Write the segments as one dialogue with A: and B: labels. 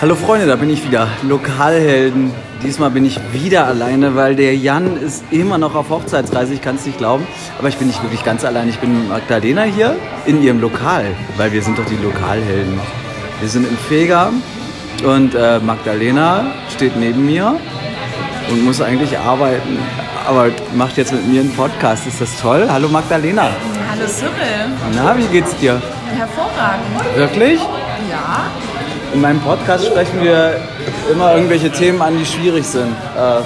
A: Hallo Freunde, da bin ich wieder. Lokalhelden. Diesmal bin ich wieder alleine, weil der Jan ist immer noch auf Hochzeitsreise. Ich kann es nicht glauben. Aber ich bin nicht wirklich ganz allein. Ich bin mit Magdalena hier in ihrem Lokal, weil wir sind doch die Lokalhelden. Wir sind im Feger und äh, Magdalena steht neben mir und muss eigentlich arbeiten. Aber macht jetzt mit mir einen Podcast. Ist das toll? Hallo Magdalena.
B: Hallo Cyril,
A: Na, wie geht's dir?
B: hervorragend.
A: Wirklich?
B: Ja,
A: In meinem Podcast sprechen wir immer irgendwelche Themen an, die schwierig sind. Äh,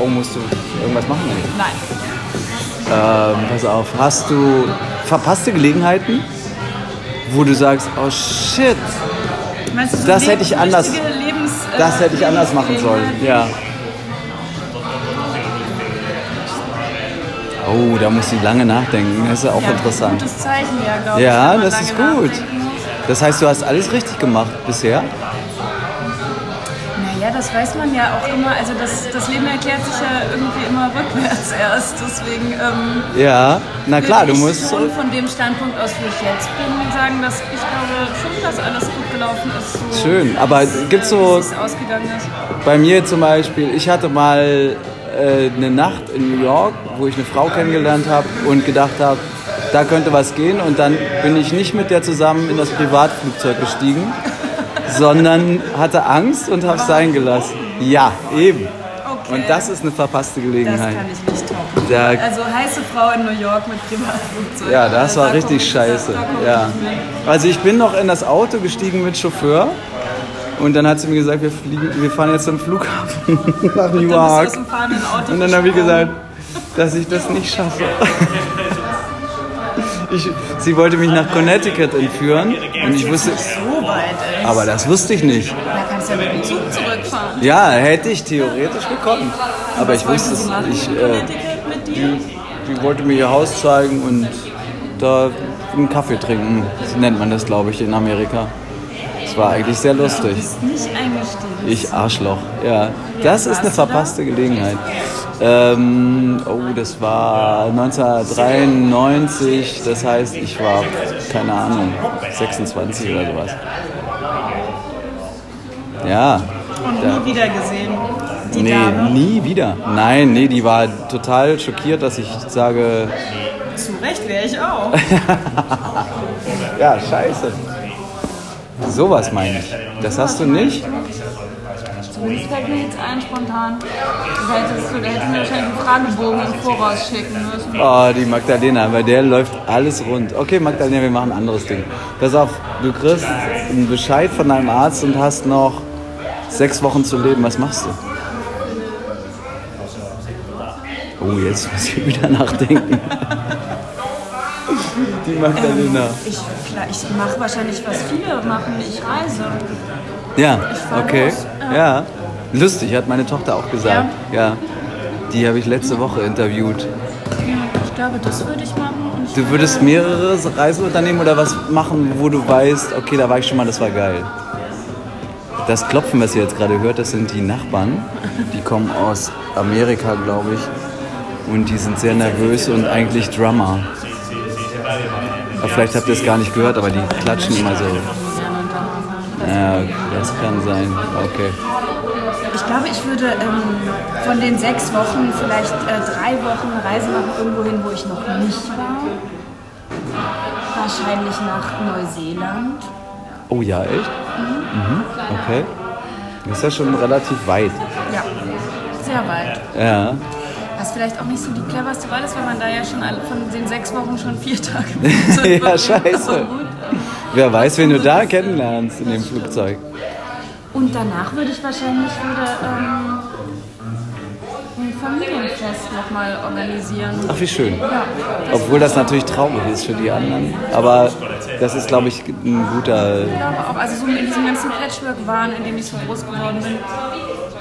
A: oh, musst du irgendwas machen?
B: nein.
A: Ähm, pass auf, hast du verpasste Gelegenheiten, wo du sagst, oh shit,
B: Meinst du, so
A: Das
B: le-
A: hätte ich anders-
B: richtige Lebens,
A: das
B: äh,
A: hätte ich anders machen sollen. Ja. Oh, da muss ich lange nachdenken. Das ist ja auch
B: Ja,
A: interessant.
B: Gutes Zeichen, ja, glaube
A: Ja,
B: ich. wenn man
A: das
B: lange
A: ist gut.
B: nachdenken muss.
A: Das heißt, du hast alles richtig gemacht bisher?
B: Naja, das weiß man ja auch immer. Also das, das Leben erklärt sich ja irgendwie immer rückwärts erst. Deswegen ähm,
A: Ja. Na klar, du
B: würde ich
A: musst. äh,
B: schon von dem Standpunkt aus, wo ich jetzt bin, sagen, dass ich glaube schon, dass alles gut gelaufen ist. So
A: Schön, aber
B: wie es,
A: gibt's
B: äh,
A: so-
B: wie es ausgegangen ist.
A: Bei mir zum Beispiel, ich hatte mal äh, eine Nacht in New York, wo ich eine Frau kennengelernt habe und gedacht habe, da könnte was gehen. Und dann bin ich nicht mit der zusammen in das Privatflugzeug gestiegen, sondern hatte Angst und habe es sein gelassen. Ja, eben.
B: Okay.
A: Und das ist eine verpasste
B: Das
A: Gelegenheit.
B: kann ich nicht toppen.
A: Da-
B: also heiße Frau in New York mit Privatflugzeug. Also
A: Ja, das
B: Da
A: war
B: komm
A: richtig
B: ich- da-
A: scheiße.
B: da komm ich
A: Ja.
B: nicht mit.
A: Also ich bin noch in das Auto gestiegen mit Chauffeur und dann hat sie mir gesagt, wir, fliegen, wir fahren jetzt zum Flughafen nach New
B: Dann bist du
A: York.
B: aus dem fahrenden Auto
A: Und dann habe ich
B: gesprungen.
A: gesagt, dass ich das nicht schaffe. Ich, sie wollte mich nach Connecticut entführen und ich wusste,
B: so weit, ey.
A: aber das wusste ich nicht.
B: Da kannst du ja mit dem Zug zurückfahren.
A: Ja, hätte ich theoretisch bekommen, aber ich
B: Was
A: wusste
B: wollten sie
A: es. Ich,
B: machen in
A: äh,
B: Connecticut mit dir?
A: die wollte mir ihr Haus zeigen und da einen Kaffee trinken. Das nennt man das, glaube ich, in Amerika. Es war eigentlich sehr lustig.
B: Du bist nicht eingestiegen.
A: Ich Arschloch, ja. Das ist eine verpasste Gelegenheit. Ähm, oh, das war 1993, das heißt, ich war, keine Ahnung, 26 oder sowas. Ja.
B: Und
A: da-
B: nie wieder gesehen. Die
A: Nee,
B: Dame.
A: nie wieder. Nein, nee, die war total schockiert, dass ich sage,
B: Zu Recht wäre ich auch.
A: ja, scheiße. Sowas meine ich. Das hast du nicht?
B: Zumindest fällt mir jetzt ein spontan. Du hättest, du hättest mir wahrscheinlich einen Fragebogen im Voraus schicken müssen.
A: Oh, die Magdalena, bei der läuft alles rund. Okay, Magdalena, wir machen ein anderes Ding. Pass auf, du kriegst einen Bescheid von deinem Arzt und hast noch sechs Wochen zu leben. Was machst du? Oh, jetzt muss ich wieder nachdenken. Die Magdalena.
B: Ich, klar, ich mache wahrscheinlich, was viele machen. Ich reise.
A: Ja,
B: fahr
A: okay.
B: los.
A: Ja. Lustig, hat meine Tochter auch gesagt. Ja. Die habe ich letzte Woche interviewt.
B: Ja, ich glaube, das würde ich machen. Und ich
A: Du würdest mehrere Reiseunternehmen oder was machen, wo du weißt, okay, da war ich schon mal, das war geil. Das Klopfen, was ihr jetzt gerade hört, das sind die Nachbarn. Die kommen aus Amerika, glaube ich. Und die sind sehr nervös und eigentlich Drummer. Aber vielleicht habt ihr es gar nicht gehört, aber die klatschen immer so. Ja, das kann sein. Okay.
B: Ich glaube, ich würde ähm, von den sechs Wochen vielleicht äh, drei Wochen eine Reise machen, irgendwo hin, wo ich noch nicht war. Wahrscheinlich nach Neuseeland.
A: Oh ja, echt? Mhm. Okay. Das ist ja schon relativ weit.
B: Ja, sehr weit.
A: Ja.
B: Was vielleicht auch nicht so die cleverste Wahl ist, weil man da ja schon alle- von den sechs Wochen schon vier Tage
A: Ja, scheiße. Wer weiß, wen du da kennenlernst in dem Flugzeug.
B: Und danach würde ich wahrscheinlich wieder ähm, ein Familienfest nochmal organisieren.
A: Ach, wie schön.
B: Ja, das
A: Obwohl das natürlich traurig ist für die anderen. Aber das ist, glaube ich, ein guter.
B: Ich glaube auch, also so in diesem ganzen Patchwork-Wahn, in dem ich so groß geworden bin,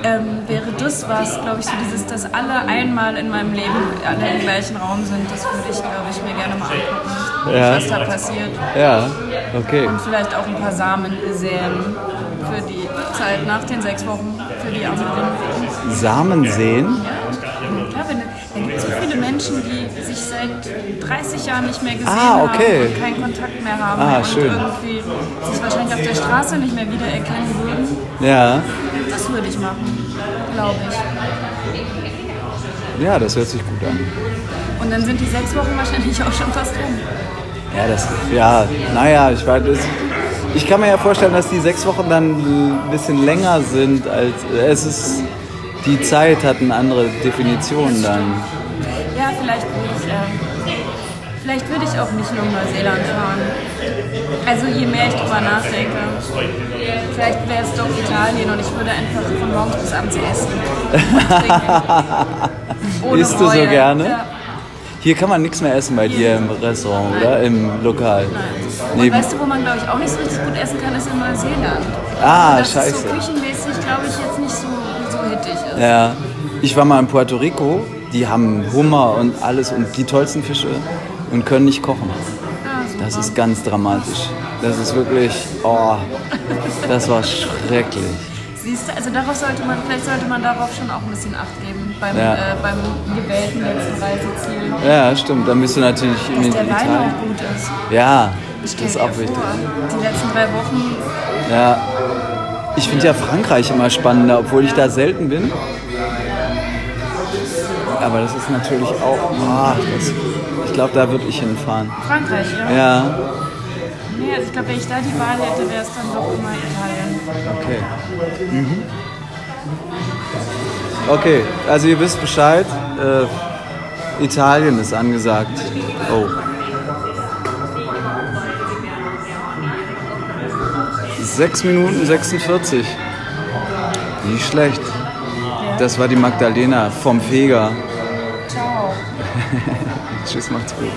B: ähm, wäre das was, glaube ich, so dieses, dass alle einmal in meinem Leben alle im gleichen Raum sind, das würde ich, glaube ich, mir gerne mal angucken,
A: Ja.
B: was da passiert.
A: Ja, okay.
B: Und vielleicht auch ein paar Samen säen für die Zeit nach den sechs Wochen, für die anderen.
A: Samen sehen?
B: Ja, wenn, da gibt so viele Menschen, die sich seit 30 Jahren nicht mehr gesehen
A: Ah, okay.
B: haben und keinen Kontakt mehr haben
A: Ah,
B: und
A: schön.
B: irgendwie sich wahrscheinlich auf der Straße nicht mehr wiedererkennen würden.
A: Ja.
B: Das würde ich machen, glaube ich.
A: Ja, das hört sich gut an.
B: Und dann sind die sechs Wochen wahrscheinlich auch schon fast um. rum.
A: Ja, das, ja, naja, ich weiß, es- ich kann mir ja vorstellen, dass die sechs Wochen dann ein bisschen länger sind als es ist. Die Zeit hat eine andere Definition dann.
B: Ja, vielleicht würde ich, ähm, vielleicht würde ich auch nicht nur Neuseeland fahren. Also je mehr ich drüber nachdenke, vielleicht wäre es doch Italien und ich würde einfach von morgens bis abends essen. Trinken. Ohne
A: Isst du so
B: Heulen.
A: gerne?
B: Ja.
A: Hier kann man nichts mehr essen bei dir im Restaurant, oder? Im Lokal.
B: Und
A: Neben.
B: weißt du, wo man glaube ich auch nicht so richtig gut essen kann, ist in Neuseeland.
A: Ah,
B: das Ist
A: scheiße.
B: so küchenmäßig glaube ich jetzt nicht so, so hittig ist.
A: Ja. Äh, Ich war mal in Puerto Rico, die haben Hummer und alles und die tollsten Fische und können nicht kochen.
B: Ah, super.
A: Das ist ganz dramatisch. Das ist wirklich, oh, das war schrecklich.
B: Siehst du, also darauf sollte man, vielleicht sollte man darauf schon auch ein bisschen Acht geben beim,
A: Ja.
B: äh, beim gewählten letzten Reiseziel.
A: Ja, stimmt. Da bist du natürlich in
B: Dass der Wein
A: Italien.
B: auch gut ist.
A: Ja,
B: Stell
A: das ist
B: dir
A: auch wichtig.
B: Vor, die letzten drei Wochen,
A: Ja. Ich finde ja Frankreich immer spannender, obwohl ich da selten bin. Aber das ist natürlich auch. ah, das, ich glaube, da würde ich hinfahren.
B: Frankreich, ja.
A: Ja,
B: Nee, also ich glaube, wenn ich da die Wahl hätte, wäre es dann doch immer Italien.
A: okay. Mhm. Okay, also ihr wisst Bescheid. Äh, Italien ist angesagt. Oh. Sechs Minuten 46. Nicht schlecht. Das war die Magdalena vom Feger.
B: Ciao.
A: Tschüss, macht's gut.